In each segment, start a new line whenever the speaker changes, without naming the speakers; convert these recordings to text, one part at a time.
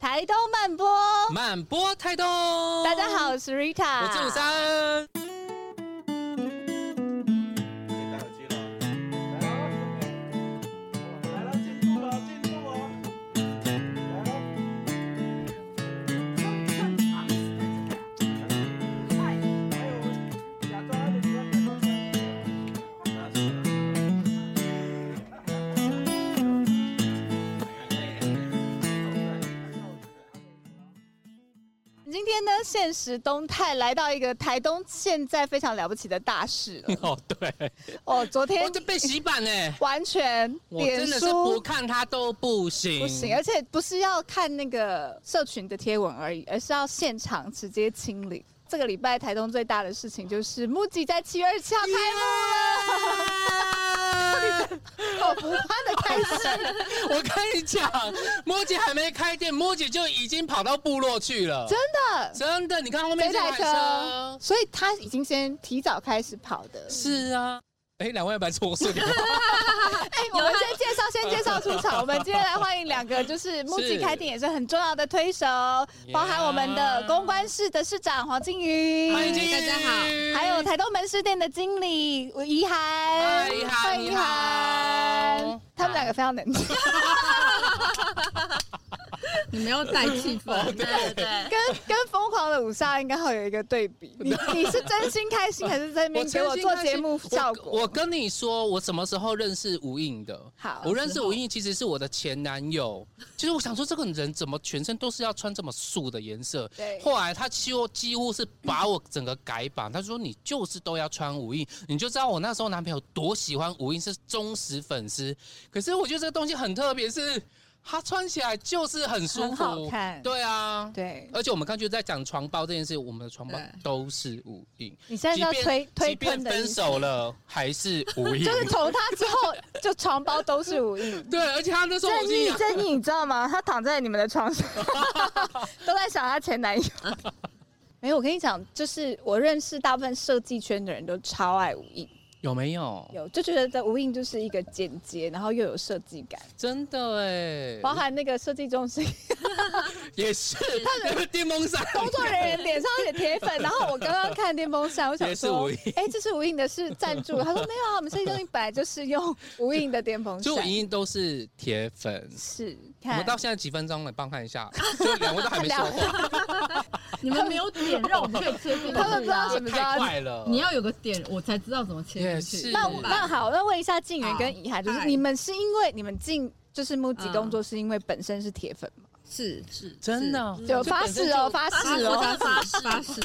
台东慢播，
满播台东，
大家，好，我是 Rita，
我是五三。
可以戴耳机了。来了，进入了，进入了。来了。还有假装安静，假装安静。
今天呢，现实东泰来到一个台东现在非常了不起的大事 了
哦，对，
哦，昨
我
天
这被洗版呢，
完全
我真的是不看他都不行，
不行，而且不是要看那个社群的贴文而已，而是要现场直接清理。这个礼拜台东最大的事情就是木吉在七月二十七号
开幕了。
开口不怕的开始，
我跟你讲，摸姐还没开店，摸姐就已经跑到部落去了。
真 的
真的，你看后面
这
这
台
台
车
车，，
所以他已经先提早开始跑的。
是啊。哎，两位要不要搓
嗯
碎？
哎，我
啊
们先介绍，先介绍出 场。我们今天来欢迎两个，就是木吉
是
开店也是很重要的推手，包含我们的公关室的市长黄金瑜，
欢迎金鱼
大家好还有台东门市店的经理吴怡涵，
嗨怡涵
欢迎怡
你
涵
好，
他们两个非常能讲，
你没有带气氛，对对对，
跟跟疯狂的五杀应该会有一个对比。你你是真心开心，还是在那边给我做节目效
我
果？
我跟你说，我什么时候认识吴印的？
好
我认识吴印其实是我的前男友。其实我想说，这个人怎么全身都是要穿这么素的颜色？
对
后来他几乎几乎是把我整个改版，他说你就是都要穿无印，你就知道我那时候男朋友多喜欢无印，是忠实粉丝。可是我觉得这个东西很特别，是它穿起来就是很舒
很
服，
好看
对啊，
对，嗯
而且我们刚就在讲床包这件事，我们的床包
对
都是无印。
你现在是要
即便
推推
即便
喷的意
分
思，
手了还是无印
就。是从他之后就床包都是无印。
对，而且他那时候我
正
已经
义
养，
正义，你知道吗？她躺在你们的床上， 都在想她前男友。没有，我跟你讲，就是我认识大部分设计圈的人都超爱无印，
有没有？
有就觉得无印就是一个简洁，然后又有设计感，
真的哎，
包含那个设计中心
也是那个电风扇，
工作人员脸上写铁粉，然后我刚刚看电风扇，我想
也是
说
无印，
哎、这是无印的是赞助，他说没有啊，我们设计中心本来就是用无印的电风
所以我
扇
莹，莹都是铁粉。
是
我
看
们到现在几分钟了？帮看一下，就两位都还没说 话，
你们没有点让我们可以切进去啊，
他们不知道什么时
太
候
快了。
你要有个点，我才知道怎么切
也
进
是
去。
那
怎么办
那好，那问一下静源跟怡涵，就是
嗨
你们是因为你们进就是木吉
嗯
工作室，因为本身是铁粉嘛？
是是
真的哦
有
就
发
本身
誓
就
哦，发
是
誓
哦，
哦。
发誓发誓，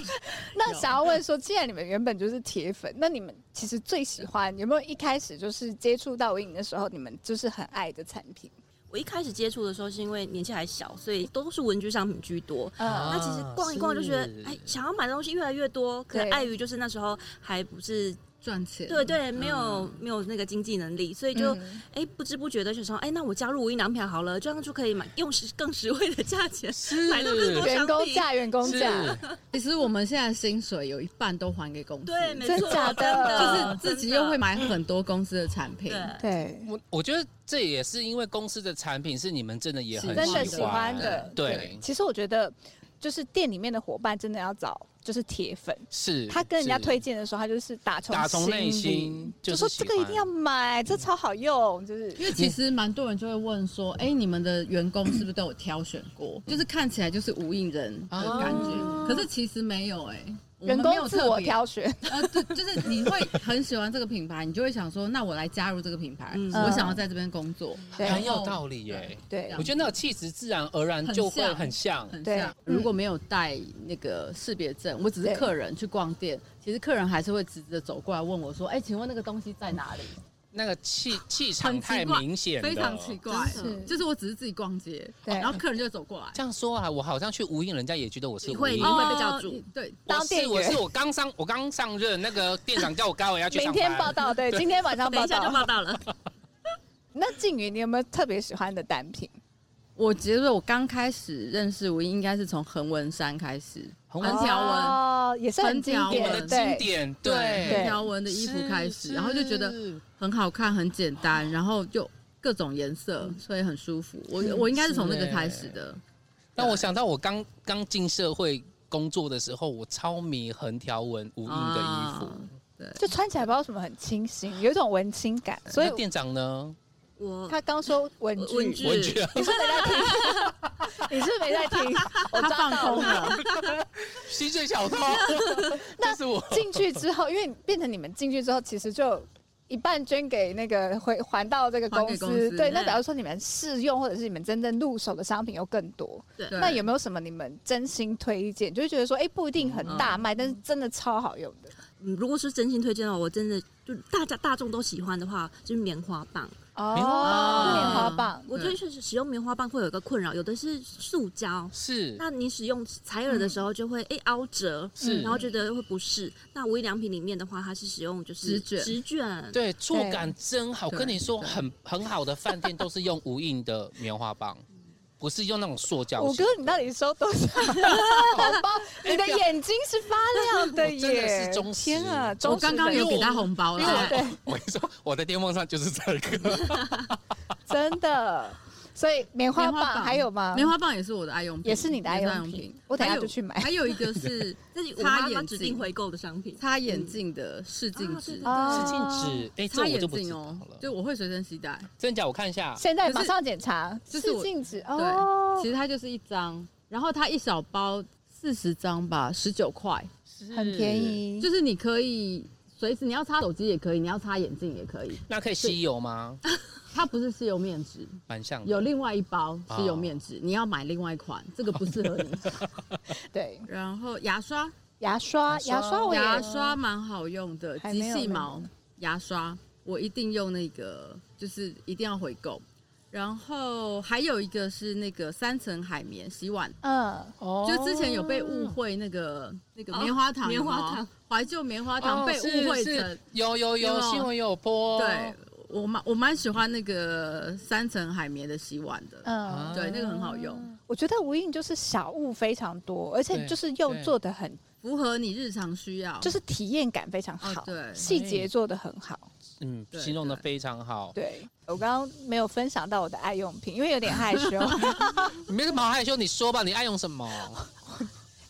那想要问说，既然你们原本就是铁粉，那你们其实最喜欢有没有一开始就是接触到微影的时候，你们就是很爱的产品？
我一开始接触的时候，是因为年纪还小，所以都是文具商品居多。
啊
那其实逛一逛就觉得
是，
哎，想要买的东西越来越多，可
对
能碍于就是那时候还不是
赚钱
对对，没有
嗯
没有那个经济能力，所以就
嗯
哎不知不觉的就想说，哎，那我加入无印良品好了，这样就可以买用实更实惠的价钱
是
买到更多
员工价，员工价，
是
其实我们现在薪水有一半都还给公司，
对，没
真
错，
假的
就是自己又会
买
买很多公司的产品
嗯对，。
对，
我我觉得这也是因为公司的产品是你们真的也很
是
真的
喜
喜欢的。
对，
其实我觉得就是店里面的伙伴真的要找就是铁粉，
是
他跟人家
是
推荐的时候，他就是打从
打从内
里
心
就
就是
说
喜
这个一定要
欢
买，这超好用，就是
因为其实蛮多人就会问说，哎、你们的员工是不是都有挑选过？就是看起来就是无印人的感觉，可是其实没有哎、我们
员
没有
工自
特
我
别
挑选，
呃，对，就是你会很喜欢这个品牌，你就会想说，那我来加入这个品牌，
嗯
我想要在这边工作，
对
很有道理耶、
对
我觉得那个气质自然而然就会很像，
很
对
像。
嗯
如果没有带那个识别证，我只是
对
客人去逛店，其实客人还是会直直的走过来问我说，哎、请问那个东西在哪里？
那个气气场太明显了，
非常奇。怪，
真的
就是我只是自己逛街，
对
然后客人就会走过来，
这样说啊，我好像去无印，人家也觉得我是
你
无
会
印
你。会被叫住
哦对，
我
当店
是我
员
是我刚上我刚上任，那个店长叫我该我要去
明
上
天报
班。
道，对，今天晚上
等
报
一下就
道。
报道了，
那静宇，你有没有特别喜欢的单品？
我觉得我刚开始认识吴英，应该是从横纹衫开始，
横
横条纹，
哦，也是很经
横
我
条
典
的
对，
经
纹，
典，
横
对，
条纹的衣服开始，
是
然后就觉得
是
很好看，很简
嗯
单，然后就各种颜色，所以很舒服。我我应该是从那个开始的。
让我想到我刚刚进社会工作的时候，我超迷横条纹无印的衣服。
啊对，
就穿起来不知道为什么很清新，有一种文青感。所以
那店长呢？
我
他刚说文具，
文具是
我觉得
你是没在听， 你是没在听，我
他
抓
放
到
空
了。
了，
吸水小偷，这是我。
进去之后，因为变成你们进去之后，其实就一半捐给那个回还到这个
还
公
给
司，
公司
对。那
嗯
假如说你们试用或者是你们真正入手的商品又更多，
对
对
那有没有什么你们真心推荐？就是觉得说，哎、不一定很大卖，但是真的超好用的
嗯如果是真心推荐的话，我真的就大家大众都喜欢的话，就是棉花棒。
哦，
棉花
棉花棒。
我觉得确实使用棉花棒会有一个困扰，有的是塑胶，
是
那你使用采耳的时候就会哎、凹折，
是
然后觉得会不适。那无印良品里面的话，它是使用就
纸
是
卷
纸卷，
对，触感真好。
对
跟你说，
对
很很好的饭店都是用无印的棉花 棒，不是用那种塑胶
五
型
哥。，你到底收多少红包？ 你的眼睛是发亮的
我真的
耶！
是忠实
天啊，忠
我
实粉
刚刚有给他红包
因为
了
我。对
我跟你说，我的电风扇就是这个。
真的。所以棉花
棉花
棒
棒
还有吗？
棉花棒也是我的爱用品，
也是你的爱用品我等下就去买
还有还有一个是
这是我
擦
妈
眼
妈指定
镜，
回购的商品。
擦眼镜的试镜纸，
啊
是禁止，哎、这
擦
我
眼
就不知
镜
道
哦，
了。
就我会随身携带。
真假我看一下，
现在马上检查，
就是是我
禁止
对，
哦
其，实它就是一张，然后它一小包四十张吧，十九块，
很便。宜，
就是你可以随时你要擦手机也可以，你要擦眼镜也可以。
那可以吸油吗？
它不是吸油面纸，
蛮像的。
有另外一包吸油面纸，你要买另外一款，这个不适合你。
对
然后牙刷，
牙刷，
牙
牙
刷
刷我也
牙刷蛮好用的，
啊还
极
没有
细
那
毛
个
牙刷，我一定用那个，就是一定要回购。然后还有一个是那个三层海绵洗碗，
嗯，
哦
就之前有被误会那个那个
哦
棉花糖，
棉花
有没有
糖
怀旧棉花糖
哦
被误会
是哦
成
是，有有
有
有
没有
新闻有播，
对我蛮我蛮喜欢那个三层海绵的洗碗的，
嗯，
对，那个很好用，
我觉得无印就是小物非常多，而且
对
就是又
对
做的很，
符合你日常需要，
就是体验感非常好
哦，对
细节做的很好。
嗯，
对
形容的非常好。
对我刚刚没有分享到我的爱用品，因为有点害羞，
你没什么好害羞，你说吧，你爱用什么？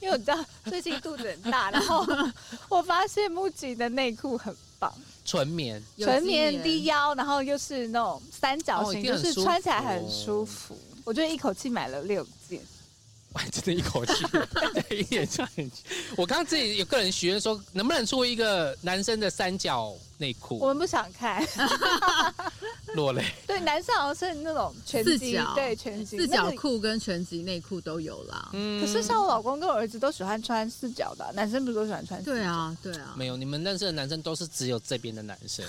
因为我知道最近肚子很大，然后 我发现木槿的内裤很棒。
纯棉，
有
纯
机
棉低腰，然后又是那种三角
哦一
形，
定
就
很
是
舒
穿起来
服
很舒服。我就一口气买了六件，
我还真的一 口气，对，一点差点去。我刚刚自己有个人许愿说，能不能出一个男生的三角内
我
裤？
们不想看。
落泪，
对，男生好像是那种全
四
肌
角，
对全肌
四角。
那个
裤跟全集内裤都有啦。
嗯
可是像我老公跟我儿子都喜欢穿四角的啊，男生不是都喜欢穿？
对，啊，对 啊，
没有，你们认识的男生都是只有这边的男生，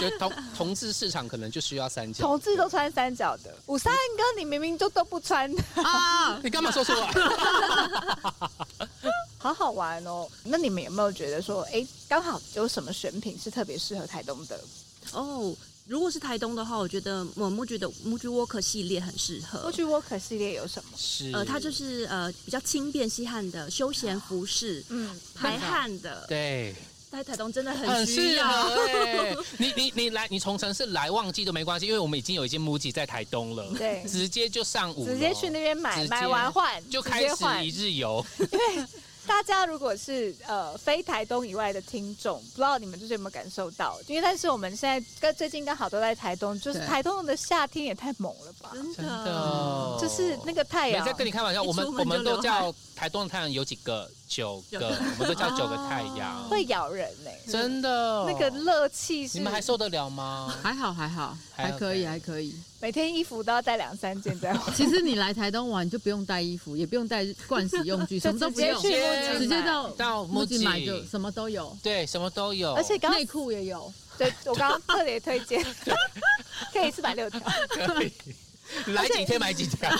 就同同志市场可能就需要三角。
同志都穿三角的。五三哥，你明明就都不穿，
啊，
你干嘛说出 来？
好好玩哦。那你们有没有觉得说，哎，刚好有什么选品是特别适合台东的？
哦，如果是台东的话，我觉得我木居的木居 Walker 系列很适合
过。去 Work 系列有什么？
是，
呃，它就是呃比较轻便稀罕的休闲服饰，
嗯，
排汗的，
对，
在台东真的
很
很需
适
要。
合哎、你你你来，你从城市来旺季都没关系，因为我们已经有一间母 i 在台东了，
对
直接就上午，
直接去那边买，
直接
买完换，
就
直
开
接
始
换
一日游，
大家如果是呃非台东以外的听众，不知道你们就是有没有感受到？因为但是我们现在跟最近刚好都在台东，就是
对
台东的夏天也太猛了吧，
真
真的，
就是那个太
没
阳
在。跟你开玩笑，
一
我们
出门
我们
就流
都叫台东的太阳有几个？九
九
个
个，
我们都叫九个太阳，
会咬人呢、
真的
那个热气是
哦你们还受得了吗？
还好还好，
还
还可
OK
以还可以。，
每天衣服都要带两三件在换
其实你来台东玩，你就不用带衣服，也不用带盥洗 用具，什么都不用，
就直接去
木屐
直接到
到木
木
屐
屐买就什么都有，
对，什么都有，
而且刚
内裤也有。
对我刚刚特别推 荐，可以一次买六条，
可以。来几天买几条，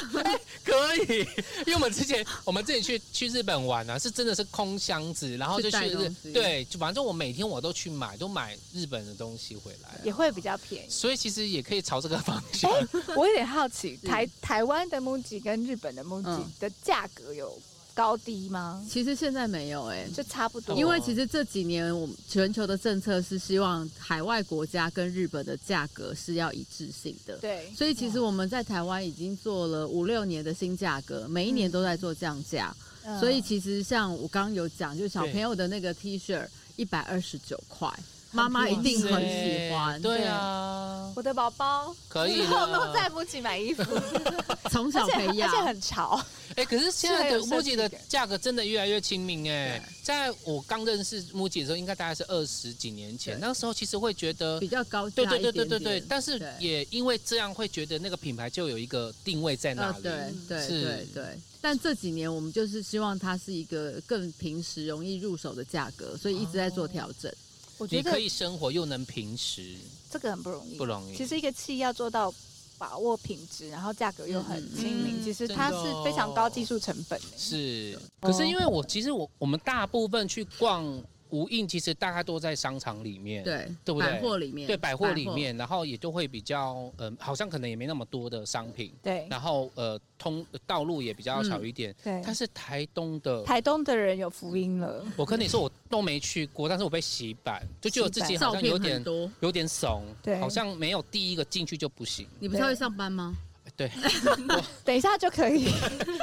可以。因为我们之前我们自己去去日本玩啊，是真的是空箱子，然后就
去带
去日
东西
对，就反正我每天我都去买，都买日本的东西回来，啊
也会比较便宜。
所以其实也可以朝这个方向。
我有点好奇，台台湾的木吉跟日本的木吉
嗯
的价格有高低吗？
其实现在没有哎、
就差不多。
因为其实这几年我们全球的政策是希望海外国家跟日本的价格是要一致性的。
对，
所以其实我们在台湾已经做了五六年的新价格，每一年都在做降价。
嗯
所以其实像我刚刚有讲，就是小朋友的那个 T 恤一百二十九块，妈妈一定很喜欢。
对，啊，
我的宝宝
可以
以后都
了。
带不起买衣服，
从
而
小培
且而
养
且。很潮。
哎、可是现在的
是很有
木吉的
设计感
价格真的越来越亲民哎、
对
在我刚认识木吉的时候，应该大概是二十几年前，
对
那时候其实会觉得
比。较高价
对
一
对对
点点，
对对对，但是
对
也因为这样会觉得那个品牌就有一个定位在那
呃，
里。
对对
是
对对。但这几年我们就是希望它是一个更平时容易入手的价格，所以一直在做调整。
我觉
你可
得
以生活又能平时，
这个很不容易，
不容易
其实一个企业要做到把握品质，然后价格又很亲民，
嗯
其实
真的
它是非常高技
哦
术成本的。
是。可是因为我其实我我们大部分去逛无印，其实大概都在商场里面。
对，
对不对
百货里面，
对百货里面，然后也就会比较，嗯、好像可能也没那么多的商品，
对
然后呃，通道路也比较少一点。
嗯对，
但是台东的，
台东的人有福音了，
我跟你说，我都没去过，但是我被洗版，就觉得我自己
洗
照
好像
片
有
很
点
多。
有点怂，
对
好像没有第一个进去就不行。
你不是还会上班吗？
对
等一下就可以，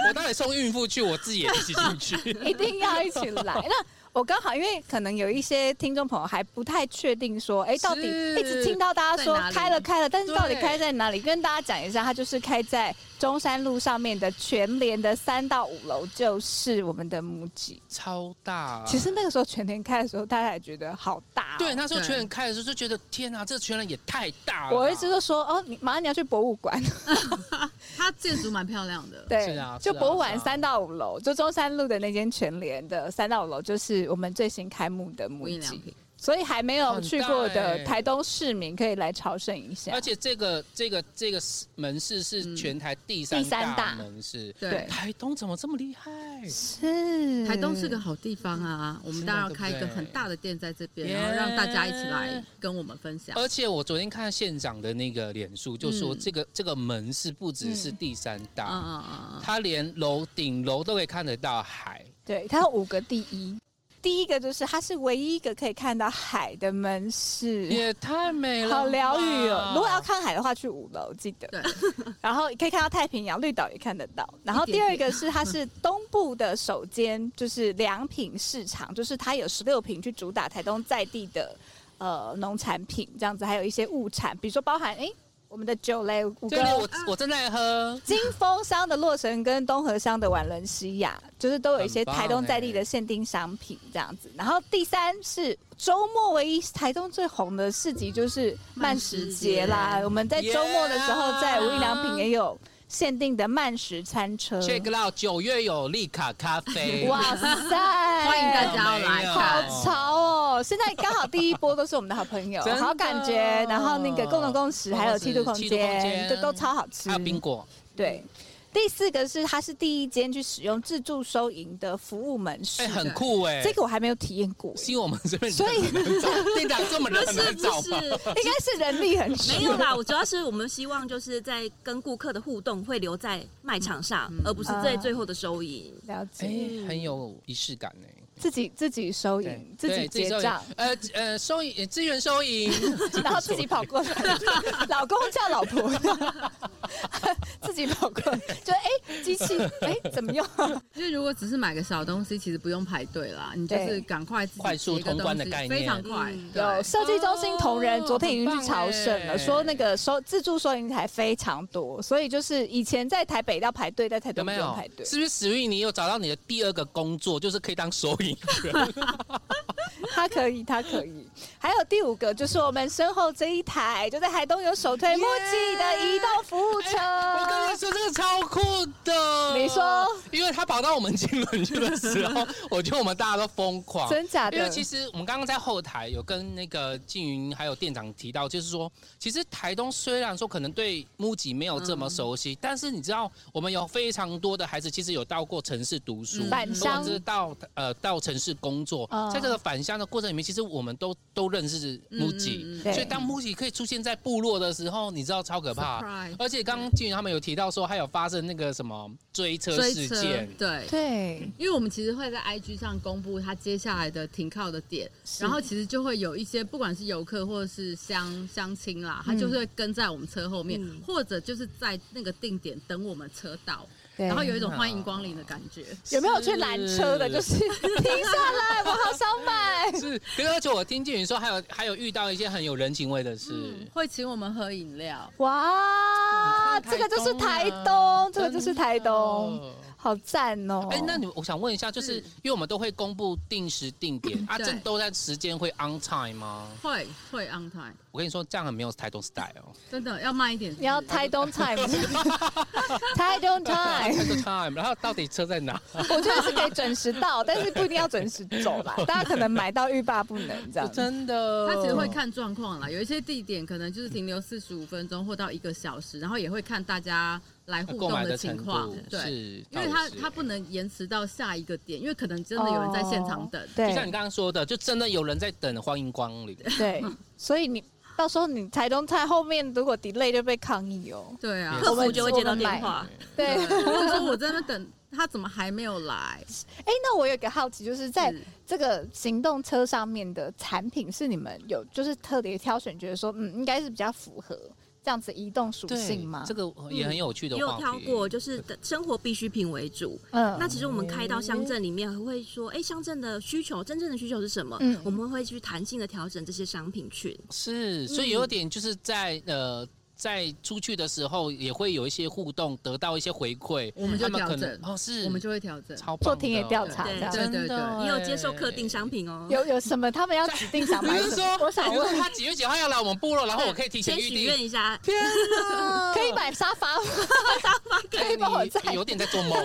我当然送孕妇去，我自己也一起 进去。
一定要一起来。那我刚好，因为可能有一些听众朋友还不太确定说，哎，到底
是
一直听到大家说
在哪里
开了开了，但是到底
对
开在哪里？跟大家讲一下，它就是开在中山路上面的全联的三到五楼，就是我们的母鸡。
超大、啊
其实那个时候全联开的时候，大家也觉得好大、哦。
对，那时候
对
全人开的时候就觉得，天啊，这全人也太大了吧。
我一直都说哦，你马上你要去博物馆，
它建筑蛮漂亮的，
对，
是啊
就是
啊
博物
是
馆
啊
三到五楼，就中山路的那间全联的三到五楼，就是我们最新开幕的
无
母
印良
鸡，
品。
所以还没有去过
很大欸
的台东市民可以来朝圣一下。
而且这个这个这个门市是
嗯
全台第三
第三大
门市。
对
对，
台东怎么这么厉害？
是
台东是
嗯
个好地方啊，我们当然要开一
对
个
不对
很大的店在这边，
Yeah
然后让大家一起来跟我们分享。
而且我昨天看县长的那个脸书，就说
嗯
这个、这个门市不只是第三
嗯
啊
大，
嗯嗯嗯，
它连楼顶楼都可以看得到海。
对，它有五个第一，第一个就是它是唯一一个可以看到海的门市。
也太美了吧，
好疗愈哦！如果要看海的话，去五楼记得。
对，
然后可以看到太平洋、绿岛也看得到。然后第二个是它是东部的首间，就是良品市场，就是它有十六品去主打台东在地的呃农产品，这样子还有一些物产，比如说包含诶我们的酒类五
对对，
个。
我我正在喝，
金峰乡的洛神跟东河乡的宛伦西 亚，就是都有一些
很棒
台东在地
欸
的限定商品这样子。然后第三是周末唯一台东最红的市集就是慢食节啦
慢食，节
我们在周末的时候
Yeah
在无印良品也有限定的慢食餐车。
check it out，九月有利卡咖啡，
哇塞！
欢迎 大家要来看。
好潮哦！现在刚好第一波都是我们的好朋友
真，的
好感觉，然后那个共同共识，还有七度空
七度空间
间，对，都超好吃。
还有冰果，
对，第四个是它是第一间去使用自助收银的服务门市，
哎、很酷哎、
这个我还没有体验过，
是因为我们这边
所以
人很难 找店长这么人
不
很
是
难找
不
吧？
是，
应该是人 力很少。
没有啦，我主要是我们希望就是在跟顾客的互动会留在卖场上，而不是在最后的收银。
了
哎、
解，
很有仪式感哎、
自己自己收
对
银，自己结账，，
对 自己收银呃呃，收银资源收银，
然后自己跑过来， 老公叫老婆， 自己跑过来，就哎机器哎怎么 用？
因为如果只是买个小东西，其实不用排队啦，你就
对
是赶快自己
快速
结个
通关的
东
概
西非常
念
快。
嗯
对
有设计中心同仁
哦
昨天已经去朝圣了，
很棒耶
说那个收自助收银台非常多，所以就是以前在台北要排队，在台
有
东不
没
用
有
排？队。
是不是史玉你有找到你的第二个工作，就是可以当收银员？
他可以，他可以。还有第五个就是我们身后这一台，就在台东有首推
Yeah 哎
木吉的移动服务车。
我跟你说，这个超酷的。
你说，
因为他跑到我们金轮去的时候，我觉得我们大家都疯狂。
真假的？
因为其实我们刚刚在后台有跟那个静云还有店长提到，就是说，其实台东虽然说可能对木吉没有这
嗯
么熟悉，但是你知道，我们有非常多的孩子其实有到过城市读书，
嗯
返
或
乡
者是到呃到城市工作，
哦
在这个返乡的过程里面，其实我们都都认识木吉，
嗯嗯嗯
对
所以当木吉可以出现在部落的时候，你知道超可怕。
Surprise
而且刚刚静云他们有提到说，还有发生那个什么追车
追
事
车
件，点
对。
对，
因为我们其实会在 IG 上公布它接下来的停靠的点，
是
然后其实就会有一些不管是游客或者是乡乡亲啦，
嗯
他就是会跟在我们车后面，
嗯
或者就是在那个定点等我们车到，
对
然后有一种
嗯
欢迎光临的感觉。
有没有去拦车的？就是停下来，我好想 买。
是，可是而且我听见你说还有还有遇到一些很有人情味的事，
会请我们喝饮料，
哇，
你看
啊这个就是台
台东
东
啊，
这个就是台东，。好赞哦！
哎、那你我想问一下，就是
是
因为我们都会公布定时定点啊，
嗯对
这都在时间会 on time 吗？
会会 on time，
我跟你说，这样很没有台东 style 哦。
真的要慢一点。
你要台东 time，台东 time，
这个 time，然后到底车在 哪？
我觉得是可以准时到，但是不一定要准时走啦。大家可能买到欲罢不能这样。
真的，
他其实会看状况啦，有一些地点可能就是停留四十五分钟或到一个小时，然后也会看大家来互
购
动
买
的
的
情
程
况
度，，
对。
是，
因为
倒
他
是
他不能延迟到下一个点，因为可能真的有人在现场等
哦。
就像你
对
刚刚说的，就真的有人在等，欢迎光临。
对，所以你到时候你台东 time 后面如果 delay 就被抗议哦。
对啊，
客服就会接
我
到
们
电话，
对，
或者说我在那等他怎么还没有来？
哎、那我有个好奇，就是在
是
这个行动车上面的产品，是你们有就是特别挑选，觉得说嗯，应该是比较符合这样子移动属性吗？
这个也
嗯
很有趣的
也
话
有
题。
挑过，就是生活必需品为主。
嗯
那其实我们开到乡镇里面，还会说，哎，乡镇的需求，真正的需求是什么
嗯？
我们会去弹性的调整这些商品群。
是，
嗯
所以有点就是在呃。在出去的时候也会有一些互动，得到一些回馈，
我们就
他
调
可能
整
哦，是，
我们就会调整。
超棒
做
的
田野调查
对
这样
对对对
也有接受客
哎
定商。品哦，
有有什么他们要指定想
你
买
是
什
说
么？，我想
你是
问
说，他几月几号要来我们部落，哦然后我可以提前
先
预
许
定。哎
愿一下，
天哪，
可以买沙发吗？可以帮我载
你哎有点在 做梦，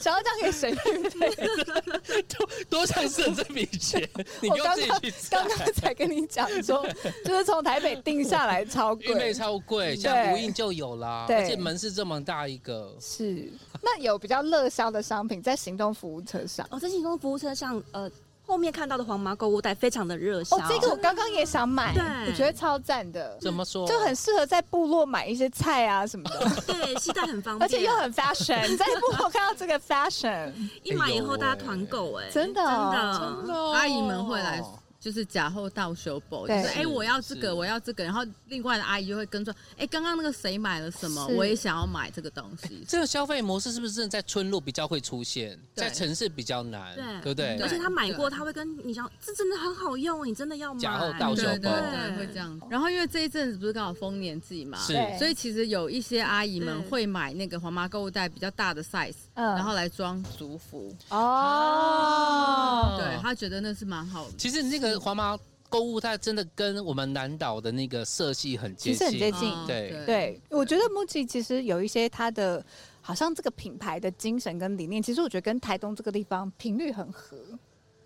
想要这样给谁预定？
多多想省这笔钱，你
我
不用
刚
自己
刚
去
刚
载。
刚才跟你讲说，就是从台北定下来超
运费
贵。
超贵，
对
像无印就有啦，
对
而且门市这么大一个，
是，那有比较热销的商品在行动服务车上。
哦，在行动服务车上，呃，后面看到的黄毛购物袋非常的热销。
哦，这个我刚刚也想买，
对
我觉得超赞的，
怎么说？
就很适合在部落买一些菜啊什么的，
对，携带很 方便，
而且又很 fashion，在部落看到这个 fashion，
一买以后大家团购哎，
真的
真
哦
的。
阿姨们会来，就是假后到修补，就
对
是哎、
是
我要这个，
是
我要这个，然后另外的阿姨就会跟说，哎、刚刚那个谁买了什么，
是
我也想要买这个东西。
这个消费模式是不是真的在村落比较会出现，
对
在城市比较难，
对
对不对？
对
而且他买过，他会跟你讲，这真的很好用，你真的要买。
假后到
对
修
对
补
对，会这样。然后因为这一阵子不是刚好丰年祭嘛，
是
对
所以其实有一些阿姨们
对
会买那个黄妈购物袋比较大的 size，
嗯
然后来装族服。
哦，
嗯
对，她觉得那是蛮好的。
其实那个黄毛购物袋真的跟我们南岛的那个色系很
其
接
实
近，
很接近，
嗯
对
对，我觉得木吉其实有一些它的，好像这个品牌的精神跟理念，其实我觉得跟台东这个地方频率很合，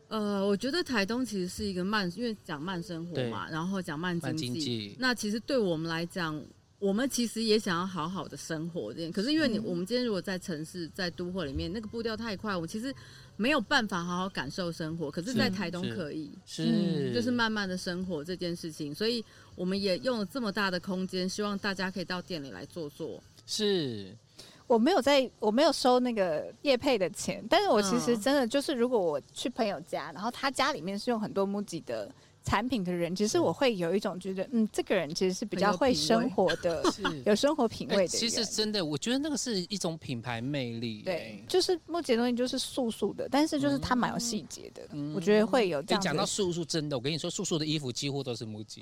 呃，我觉得台东其实是一个慢，因为讲慢生活嘛，然后讲慢经
慢
济。
经济
那其实对我们来讲，我们其实也想要好好的生活，这样。可是因为你，
嗯
我们今天如果在城市、在都会里面，那个步调太快，我其实没有办法好好感受生活。可是，
是
在台东
是
可以，
是
嗯就是慢慢的生活这件事情，所以我们也用了这么大的空间，希望大家可以到店里来坐坐。
是
我没有在，我没有收那个业配的钱，但是我其实
嗯
真的就是，如果我去朋友家，然后他家里面是用很多木吉的产品的人，其实我会有一种觉得，嗯，这个人其实是比较会生活 的，
是。
有生活品味的
哎
人。
其实真的，我觉得那个是一种品牌魅力。哎
对，就是木吉的东西就是素素的，但是就是它蛮有细节的，
嗯
我觉得会有这
哎，
样子
讲
的
到素素，真的，我跟你说，素素的衣服几乎都是木 吉，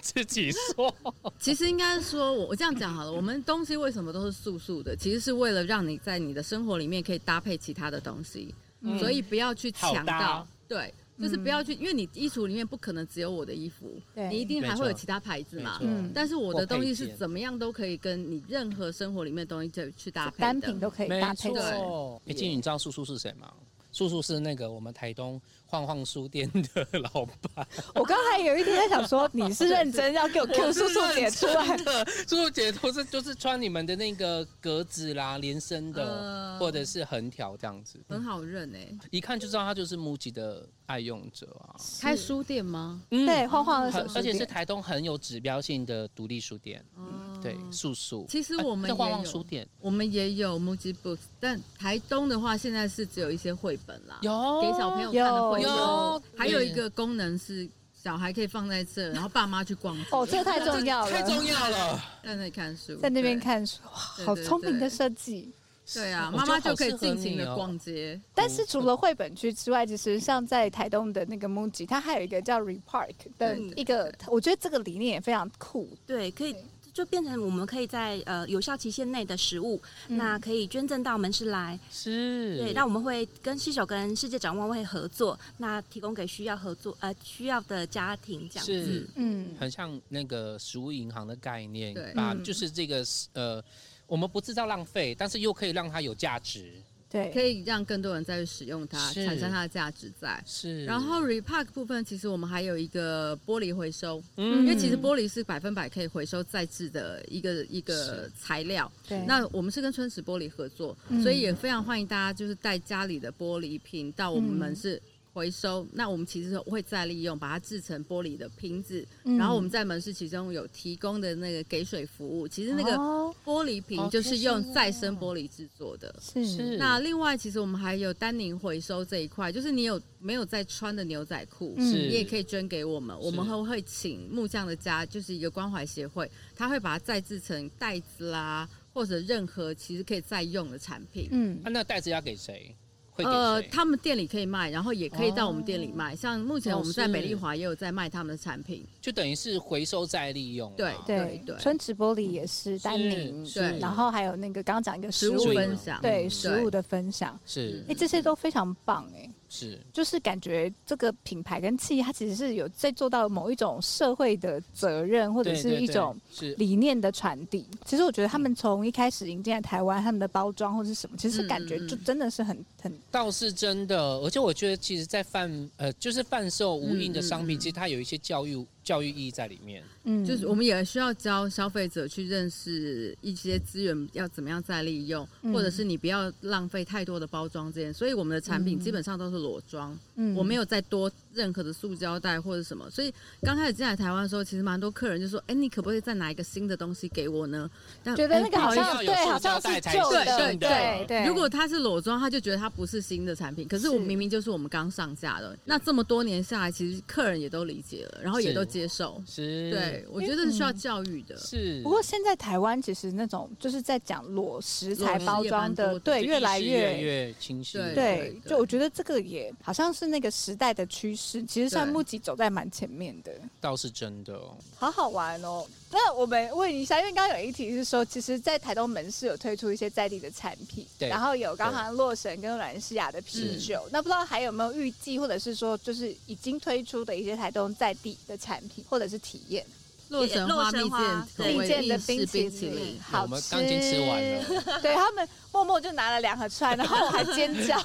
自己说。
其实应该说我，我这样讲好了，我们东西为什么都是素素的？其实是为了让你在你的生活里面可以搭配其他的东西，
嗯
所以不要去
好
强
搭哦
到，对，就是不要去，因为你衣橱里面不可能只有我的衣服，
嗯对
你一定还
没
会有
错
其他牌子嘛
没。错
嗯
但是我的东西
或配
是
件
怎么样都可以跟你任何生活里面的东西去去搭配的
单品都可以
没
搭配起
错，
来。
哎，金宇，你知道素素是谁吗？素素是那个我们台东晃晃书店的老板，
我刚才有一天在想 说，你是认真要给我 Q 素素姐出来
真？的，素素姐都是就是穿你们的那个格子啦、连身的，
嗯
或者是横条这样子，
很好认哎、
一看就知道她就是 MUJI 的爱用者啊。
开书店吗？
嗯
对，，晃晃的
很
手势
而且是
点，
台东很有指标性的独立书店。
哦，
对，素素。
其实
哎
我们
在
也
旺
有
旺书店
我们也有 Muji Books，但台东的话现在是只有一些绘本啦，
啊有
给小朋友看的绘
有
本，还有一个功能是小孩可以放在这，然后爸妈去逛街，
哦，这个太重要了，
太重要了。
在那里看书，
在那边
对，
看书，哇，好
对对
聪明的
对
设计。
对啊，
我
妈妈
觉得好
就可以
适合
尽情
你
的
哦
逛街。
但是除了绘本区之外，其实像在台东的那个 MUJI，它还有一个叫 Repark 的
对
一个，我觉得这个理念也非常酷。
对，可以就变成我们可以在呃有效期限内的食物，
嗯
那可以捐赠到门市来。
是，
对，那我们会跟西手跟世界展望会合作，那提供给需要合作呃需要的家庭这样子。
是
嗯，
很像那个食物银行的概念
对，
把
嗯
就是这个呃，我们不制造浪费，但是又可以让它有价值。
可
对，
以让更多人再去使用它，
是
产生它的价值在。
是，
然后 repack 部分，其实我们还有一个玻璃回收，
嗯
因为其实玻璃是百分百可以回收再制的一个一个
是
材料。
对
那我们是跟春池玻璃合作，
嗯
所以也非常欢迎大家就是带家里的玻璃瓶到我们
嗯
是回收。那我们其实会再利用，把它制成玻璃的瓶子，
嗯
然后我们在门市其中有提供的那个给水服务，其实那个
哦
玻璃瓶
好
就
贴
是
心
用再
哦
生玻璃制作的。
是
是
嗯那另外，其实我们还有丹宁回收这一块，就是你有没有在穿的牛仔裤，
嗯
是
你也可以捐给我们，我们会会请木匠的家，就是一个关怀协会，他会把它再制成袋子啦，或者任何其实可以再用的产品。
嗯
啊，那袋子要给谁？会给
呃，
谁？
他们店里可以卖，然后也可以到我们店里卖。像目前
哦
我们在
是
美丽华也有在卖他们的产品，
就等于是回收再利用嘛。
对
对
对
春池玻璃也是丹宁，
是
对
是
然后还有那个刚刚讲一个食
食物
物
的
分享。
对
嗯
食物的分享，
是
哎，这些都非常棒哎。
是
就是感觉这个品牌跟企业，它其实是有在做到某一种社会的责任，或者
对
是
对
一
对
种
是
理念的传递。其实我觉得他们从一开始引进来台湾，他们的包装或是什么，其实
嗯
感觉
嗯
就真的是很很
倒是真的，而且我觉得其实，在贩呃，就是贩售无印的商品，
嗯嗯嗯
其实它有一些教育教育意义在里面。
嗯，
就是我们也需要教消费者去认识一些资源要怎么样再利用，
嗯
或者是你不要浪费太多的包装这些。所以我们的产品
嗯
基本上都是裸装，
嗯
我没有再多任何的塑胶袋或者什么。所以刚开始进来台湾的时候，其实蛮多客人就说：“哎、你可不可以再拿一个新的东西给我呢？”但
觉得
哎
那个
不
好
意思
像
要有
对，
塑
好像
胶
是
袋才
旧
行
的，
对对
对对。
如果它是裸装，他就觉得它不是新的产品，可是
是
我明明就是我们刚上架的。那这么多年下来，其实客人也都理解了，然后也
是
都接受。
是，
对，，我觉得是
嗯
需要教育的。
是。
不过现在台湾其实那种就是在讲裸食材包装
裸食也蛮
的，
多的
对，
就
越
意
来
识
越
越越清晰了。
对
对，
对
就我觉得这个也好像是那个时代的趋势。其实像
对
木吉走在蛮前面的，
倒是真的哦。
好好玩哦。那我们问一下，因为刚刚有一题是说，其实，在台东门市有推出一些在地的产品，
对
然后有刚刚洛神跟软西亚的啤酒，那不知道还有没有预计，或者是说，就是已经推出的一些台东在地的产品或者是体验，
洛神花蜜饯口
对
味
蜜饯的
意式
冰淇
冰
淋
淇淋，
好吃。
我们刚已经吃完了。
对他们默默就拿了两盒出来，然后我还尖叫，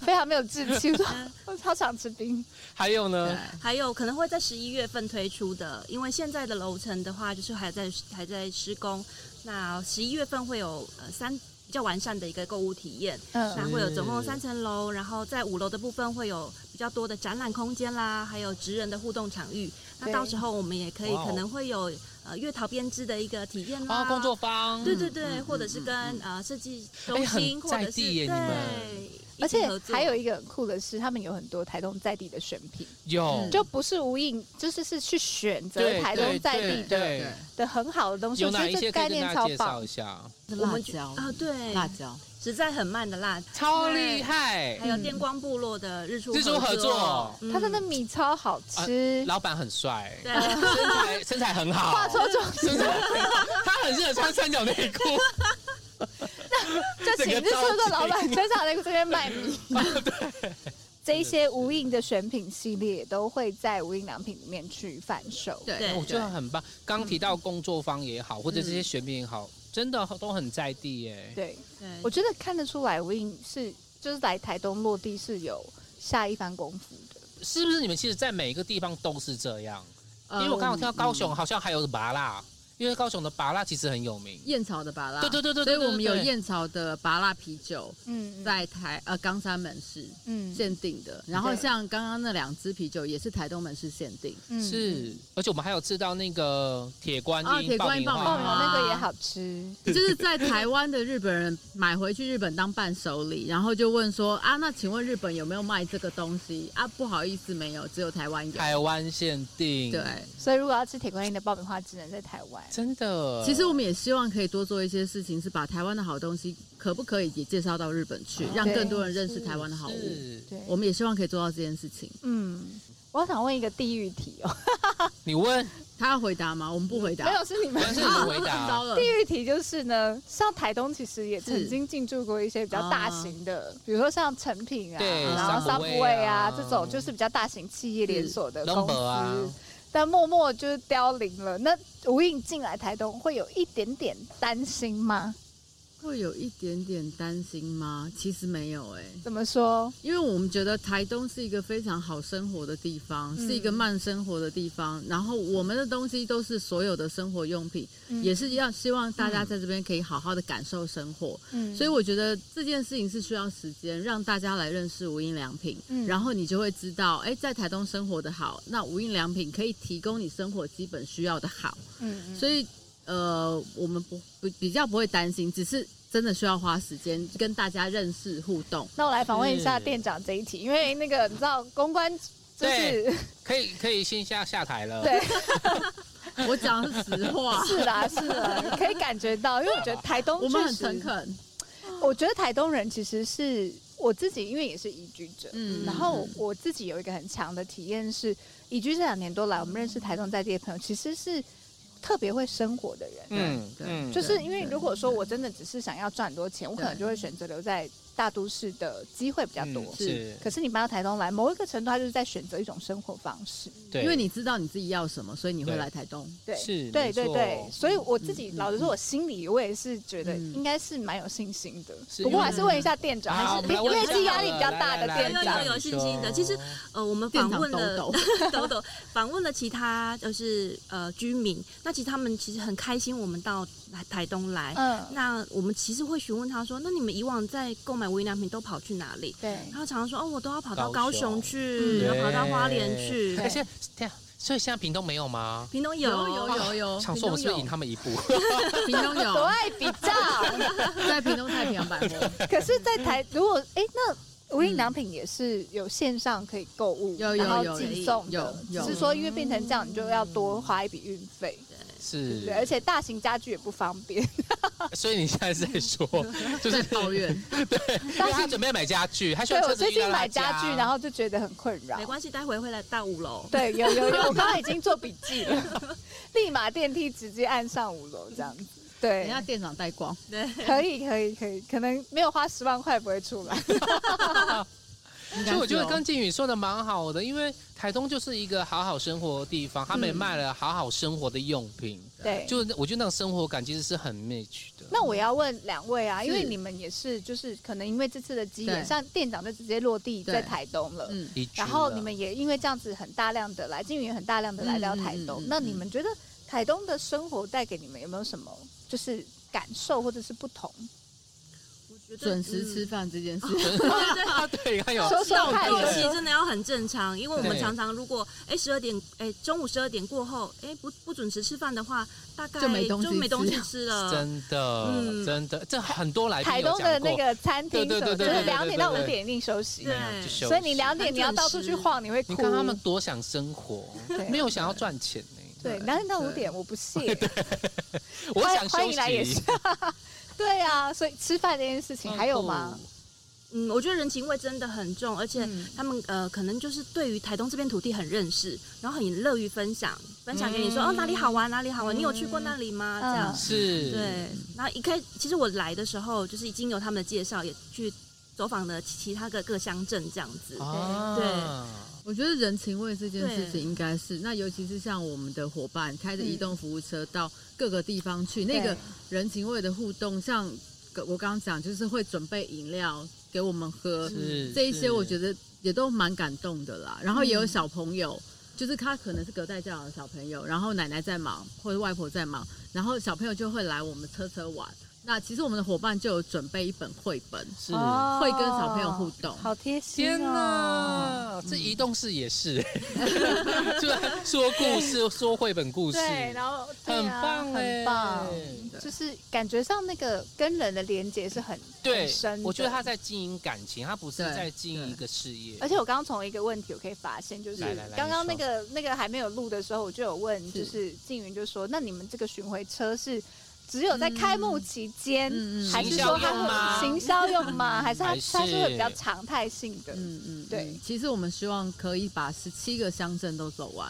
非常没有志气，我说我超想吃冰，
还有呢？
对
还有可能会在十一月份推出的，因为现在的楼层的话，就是还在还在施工。那十一月份会有呃三比较完善的一个购物体验，那
嗯，
会有总共三层楼，然后在五楼的部分会有比较多的展览空间啦，还有职人的互动场域。那
对
到时候我们也可以
哇哦
可能会有呃月桃编织的一个体验啦，
啊，工作嗯坊。
对对对，或者是跟呃设计中
哎很
心，或者
在
是
地耶你们
对，一
而
起
且
合作
还有一个很酷的是，他们有很多台东在地的选品，
有
嗯就不是无印，就是是去选择
对
台东在地
对
的
对
对，
的很好的东西，
有
我觉
哪
得
一
这个
些可
概
以跟
念
大家
超
介绍
棒
一。下？
我
辣
们觉
椒，
啊，对，
辣椒，
实在很慢的辣，
超厉害
嗯
还！有电光部落的日出
日出合作
嗯
它真的米超好吃，
啊老板很帅，
对，
身材身材很好，
话说 重
身材很好，他很适合穿三角内裤。
就请
整个啊
日出的老板身上那个这边卖 米。这一些无印的选品系列都会在无印良品里面去贩售。
对
对，
我觉得
对
很棒。刚提到工作坊也好，或者这些选品也好，真的都很在地耶。
嗯对，
对
我觉得看得出来无印是就是来台东落地是有下一番功夫的。
是不是你们其实，在每一个地方都是这样？因
呃
为我刚好听到高，
嗯
雄好像还有麻辣，因为高雄的拔辣其实很有名。
燕巢的拔拉，
对对对对
所
对
以我们有
对对
燕巢的拔拉啤酒，
嗯，
在台呃冈山门市
嗯
限定的，然后
对
像刚刚那两支啤酒也是台东门市限定，
嗯
是，而且我们还有吃到那个铁观
啊
音
铁
爆
观
米
音
花，
爆
哦，
米
你
花
们那个也好吃，
就是在台湾的日本人买回去日本当伴手礼，然后就问说啊，那请问日本有没有卖这个东西啊？不好意思，没有，只有台湾有。
台湾限定，
对，，
所以如果要吃铁观音的爆米花，只能在台湾。
真的。
其实我们也希望可以多做一些事情，是把台湾的好东西可不可以也介绍到日本去，让更多人认识台湾的好物。
是，
对，
我们也希望可以做到这件事情。
嗯，我想问一个地狱题哦，
你问，
他要回答吗？我们不回 答。
没有是你们
但是你
啊，
回答
糟了
地。狱题就是呢，像台东其实也曾
是
经进驻过一些比较大型的，比如说像成品啊，
对
然后
Subway
Subway 啊
啊
这种，就是比较大型企业连锁的呃公
Number
司，
啊
但默默就是凋零了。那无印进来台东会有一点点担心吗？
会有一点点担心吗？其实没有哎、
怎么说？
因为我们觉得台东是一个非常好生活的地方，
嗯
是一个慢生活的地方。然后我们的东西都是所有的生活用品，
嗯
也是要希望大家在这边可以好好的感受生活。
嗯
所以我觉得这件事情是需要时间，让大家来认识无印良品，
嗯
然后你就会知道，哎，在台东生活的好，那无印良品可以提供你生活基本需要的好。
嗯
所
以
以呃，我们不不比较不会担心，只是真的需要花时间跟大家认识互动。
那我来访问一下
是
店长这一题，因为那个你知道公关就是
对可以可以先下下台了。
对。
我讲的是实 话，
是啦，是啦，你可以感觉到，因为我觉得台东
啊我们
确
很
实
诚恳，
我觉得台东人其实是我自己，因为也是移居者，
嗯
然后我自己有一个很强的体验是，移居这两年多来，我们认识台东在地的朋友，其实是特别会生活的人。
嗯
对
嗯，
就是
对
因为
对
如果说我真的只是想要赚很多钱，我可能
对
就会选择留在大都市的机会比较多。
嗯
是
是，
可是你搬到台东来，某一个程度，他就是在选择一种生活方式。
对，
因为你知道你自己要什么，所以你会
对
来台东。
对，
是
对
没
对
错
对，所以我自己
嗯嗯
老实说，我心里我也是觉得
嗯
应该是蛮有信心的。
是
不过
因为
还是问一下店长，还
好我
是
们来
因
问
为
一下
是压力
好
比
了
较大的
来来
店
来
长
来
有有信
你
心的
说
其实呃，我们
店
访
长
问
抖
了
抖，
抖抖访问了其他就是呃居民，那其实他们其实很开心我们到台台东来。
嗯，
那我们其实会询问他说，那你们以往在购买无印良品都跑去哪里？
对，
然后常常说，哦，我都要跑到
高
高
雄
雄
嗯
去，
对
然后跑到花莲去
对
那，现在这样，所以现在屏东没有吗？
屏东
有
有
有有 哦有，
想说我们是不是赢他们一步？
屏东 有，
多爱比较。
在屏东太平洋百货
可是，在台如果哎，那无
嗯
印良品也是有线上可以购物，
有有
然后
有
寄送的
有，
只
有
是说因为变成这样，你就要多花一笔运费，对不
是
对？，而且大型家具也不方便，
所以你现在是在说， 就是
在抱怨，
因为他准备买家具，他需
对
要车
我
子
最
运到
近
他
买家具，然
后
后就觉得很困扰
没。关系，待会会来到五楼。
对，有有 有，我刚刚已经做笔记了， 立马电梯直接按上五楼这样子。
人
对，
家店长带光。
对，
可以可以可以，可能没有花十万块不会出来。
应该
所以我觉得
是哦
刚靖宇说的蛮好的，因为台东就是一个好好生活的地方，他们也卖了好好生活的用品，
嗯对，
就我觉得那种生活感其实是很 match 的。
那我要问两位啊，因为
是
你们也是，就是可能因为这次的机缘，
对
像店长就直接落地在
对
台东了。
嗯，
移居
然后
了
你们也因为这样子很大量的来，金宇也很大量的来到台东。
嗯嗯嗯嗯
那你们觉得台东的生活带给你们有没有什么就是感受或者是不同？
我觉得
准时
嗯
吃饭这件事，
啊对，还有
说说看，
作息
说说
真的要很正常，因为我们
对
常常如果哎十二点哎中午十二点过后哎不不准时吃饭的话，大概
就没东西
就没东西
吃
吃了。
真的
嗯
真的，这很多来宾
台
哎有
东的
讲
那
过，
个餐厅什
对对
么，就
对对
是
对对
两点到
对
五
对
点一定休息
对。
嗯就休
所以你
息
两点你要到处去晃，你会哭。
你看他们多想生活
对，
没有想要赚钱呢、
对
对
两点到五
对
点，我不 屑。
我想
欢
休
迎来也是
息。哦
对啊，所以吃饭这件事情还有吗？
嗯，我觉得人情味真的很重，而且
嗯
他们呃可能就是对于台东这片土地很认识，然后很乐于分享，分享给你说
嗯
哦哪里好玩哪里好玩，
嗯
你有去过那里
啊
吗？这
嗯
样
是，
对。然后一开其实我来的时候就是已经有他们的介绍，也去走访了其其他个各乡镇这样子。
啊，
对
我觉得人情味这件事情
对
应该是，那尤其是像我们的伙伴开着
嗯
移动服务车到各个地方去，那个人情味的互动，像我刚刚讲，就是会准备饮料给我们喝，
是
这一些我觉
得
得也都蛮感动的啦。然后也有小朋友，就是他可能是隔代教养的小朋友，然后奶奶在忙或者外婆在忙，然后小朋友就会来我们车车玩。那其实我们的伙伴就有准备一本绘本，
是。
哦
嗯会跟小朋友互动。
好贴心
天
哦！
哪，这移动式也 是，是吧？说故事，说绘本故事，
对，然后对啊
很棒
很棒
欸，
就是感觉上那个跟人的连接是很
对
很深，的
我觉得他在经营感情，他不是
对
在经营
对
一个事业。
而且我刚刚从一个问题，我可以发现，就是
来来来
刚刚
你
那
说
个那个还没有录的时候，我就有问，
是
就是静云就说，那你们这个巡回车是只有在开幕期间，
嗯嗯嗯
还是说它
行销用吗
会行销用吗？还是它
还是
它是会比较常态性的？
嗯嗯，
对
嗯其实我们希望可以把十七个乡镇都走完。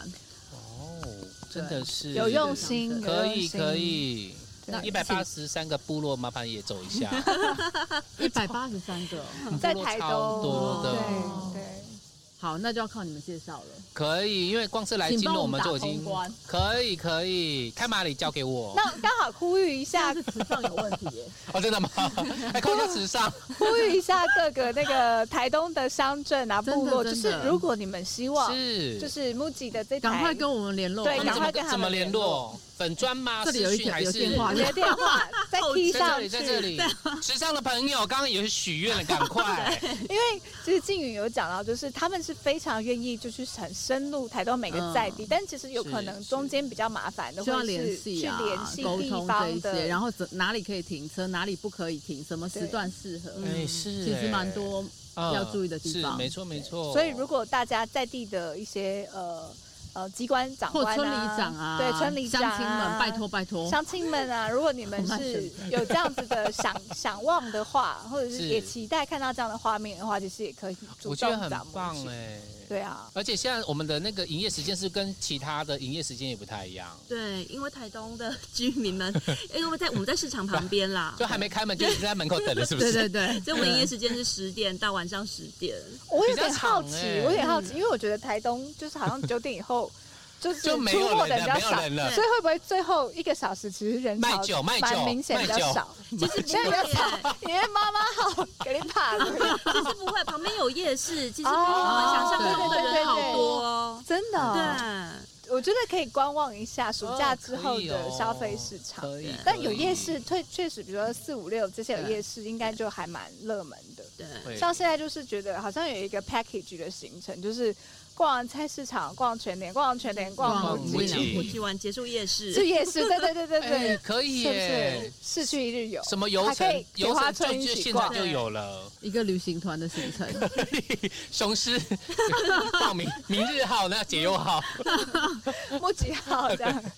哦，真的是
有用心，有
可
用
以
心
可。以。
对
一百八十三个部落，麻烦也走一下，
一百八十三个哦，
在台
部
东
落超多的，哦
对对，
好，那就要靠你们介绍了。
可以，因为光是来金
请
龙，我
帮我们
们就已
打
经
通关
可以可以，开马里交给 我。
那刚好呼吁一下
但，是词上有问题耶，
哦，真的吗？还靠一下 时尚，
呼吁一下各个那个台东的乡镇 啊、
真的
部落，就
真
是
的
如果你们希望，
是
就是 MUJI 的这台，
赶快跟我们联络。
哎对赶
那怎
快
么
跟他
怎么
们
联
联络
络？粉砖吗？
这里有
私
一
讯
条
还
有
是
电话
你的电 话再踢
在这
上
里，
去，啊
在这里，时尚的朋友，刚刚也是许愿了，赶 快，
因为其实静宇有讲到，就是他们是非常愿意，就是很深入台东每个在地，但其实有可能中间比较麻烦的，
嗯需要
或者是
联系啊
去联，系
沟
地
通这
方
一
的，
些，然后怎哪里可以停车，哪里不可以停，什么时
对
段适合，嗯
哎，是，
其实蛮多。
哎
要注意的地
是
方
没错没错。
所以如果大家在地的一些呃呃机关长
或
官、啊、
村里长啊，
对村里长、啊、
乡亲们，拜托。拜托，
乡亲们啊，如果你 们是有这样子的想想望的话，或者
是
是也期待看到这样的画面的话，其实也可以主
我觉得
动
很
找我
棒
们去。
哎。
对啊，
而且现在我们的那个营业时间是跟其他的营业时间也不太一样，
对，因为台东的 居民们，因为在我们在市场旁 边啦，
嗯
就还没开门就已经在门口等了，是不
对
是？
对对，
所以我们营业时间是十点到晚上十点。
我有
比较
点好
长
奇，
欸
我有点好奇，因为我觉得台东就是好像九点以 后就是
就
出
没有
没的
人
比较
了，没有
少，
人了。哦
所以会不会最后一个小时其实人
卖
潮
酒卖酒
蛮明显比较
卖酒
少？
其实不
现在比较
会，
少，因为妈妈好给你怕了，
其实不会，旁边有夜市，其实比我们
哦
想象中的人好多哦。
真的、
对，
哦。我觉得可以观望一下暑假之
哦
后的消费市场。
可以，
但有夜市，确确实，比如说四五六这些有夜市，应该就还蛮热门的。
对，
对
像现在就是觉得好像有一个 package 的行程，就是逛完菜市场、逛全年、逛完全年、逛
逛
完
五
五
季
季，
我去完结束夜市，
去夜市，对对对对对，
哎，可以
是不是
耶。
市区一日游？
什么游
还可
程
以？
游
铁花
程
村
就
一
就
起
现在
逛
就有了。
一个旅行团的行 程，
雄狮报名明日号，那解忧号。
木吉号这样，
你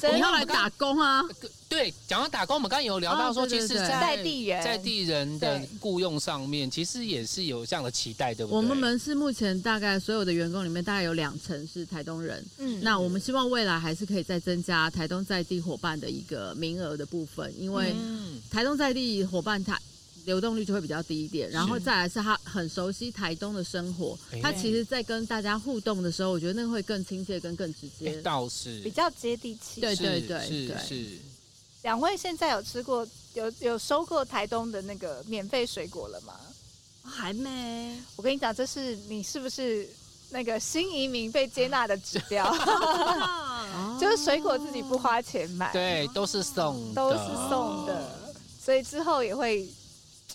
真
要来打工啊，
对，讲到打工，我们刚刚有聊到说，
哦对
其
对
实
对
在
在地人
在地人的
对
雇佣上面，其实也是有这样的期待，对不对？
我们门市目前大概所有的员工里面，大概有两成是台东人。
嗯
那我们希望未来还是可以再增加台东在地伙伴的一个名额的部分，因为
嗯，
台东在地伙伴他流动率就会比较低一点，然后再来是他很熟悉台东的生活
哎，
他其实在跟大家互动的时候，我觉得那会更亲切跟更直
哎
接。
倒是
比较接地气。
对
是是
对
是，
两位现在有吃过有有收过台东的那个免费水果了吗？
还没。
我跟你讲，这是你是不是那个新移民被接纳的指标？
哦
哦
就是水果自己不花钱买，，
对，都是送的，
都是送的，所以之后也会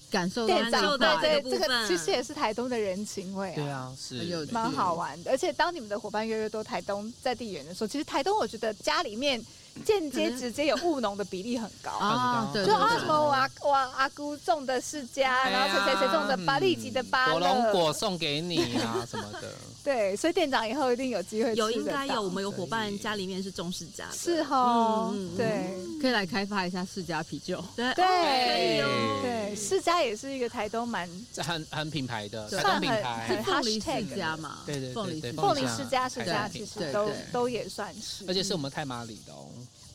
感受到
店
那
长
一
受到
块
对对，
这个
这
部分
个其实也是台东的人情味
对啊，是
很有
没
蛮
错
好玩的。而且当你们的伙伴越来越多，台东在地缘的时候，其实台东我觉得家里面间接直接有务农的比例很高。
哦
啊，对
就
对
啊
对
什么我阿我阿姑种的释迦，
哎呀
然后谁谁谁种的巴利吉的巴
火龙
乐，
果送给你啊什么的，
对，所以店长以后一定有机会
有
吃
应
得
该
到
有，我们有伙伴家里面是中式家的，
是哈
嗯嗯，嗯
对
可以来开发一下世家啤酒。
对
对
哦可以哦，
对，世家也是一个台东蛮
这很很品牌的，
对
台东
算
品
很
是
牌
很，
凤梨世家嘛？
对对对
凤梨
对
世
凤
家
梨世家世家，
对
其实
对
都
对
都也算是，
而且是我们太麻里的哦。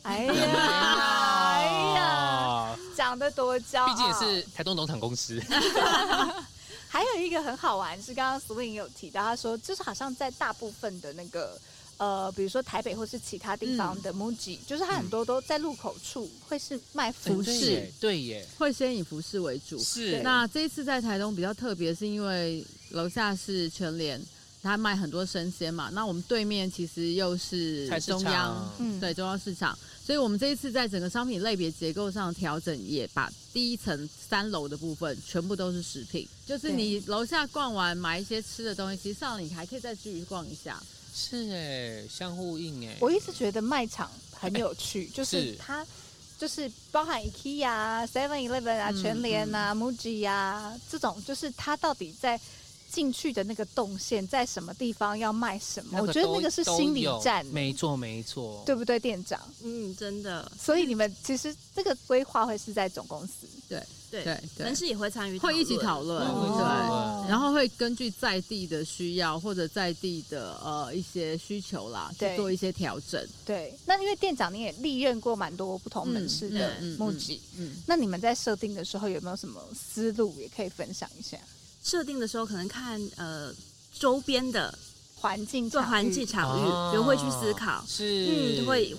哎 呀哎呀，，哦讲的多骄傲，
哦毕竟也是台东农场 公司，
还有一个很好玩是，刚刚 Swing 有提到，他说就是好像在大部分的那个呃，比如说台北或是其他地
嗯
方的 MUJI，、就是它很多都在入口处会是卖服
哎对
饰，
耶对耶，
会先以服饰为主。
是
那这一次在台东比较特别，是因为楼下是全联，他卖很多生鲜嘛。那我们对面其实又是
菜市
中央
场，
嗯，
对中央市场，所以我们这一次在整个商品类别结构上的调整，也把第一层三楼的部分全部都是食品，就是
对
你楼下逛完买一些吃的东西，其实上来你还可以再继续逛一下。
是哎，相互应哎。
我一直觉得卖场很有 趣，就是
是
它就是包含 IKEA 啊、Seven Eleven 啊、
嗯
全联啊、MUJI 啊这种，就是它到底在进去的那个动线在什么地方要卖什么？
那个
我觉得
都
那个是心理
都有
战，欸
没错没错。
对不对，店长？
嗯，真的，
所以你们其实这个规划会是在总公司，
对
对对
门市也会参与，
会一起讨论，
哦
对。
嗯
哦
然后会根据在地的需要或者在地的呃一些需求啦，去
对
做一些调整。
对，那因为店长你也历任过蛮多不同门市的
嗯嗯嗯嗯
募集，
嗯，
那你们在设定的时候有没有什么思路，也可以分享一下？
设定的时候，可能看呃周边的
环境
做
场
环
域
境场
哦
域，比如会去思考，
是，
嗯，就会，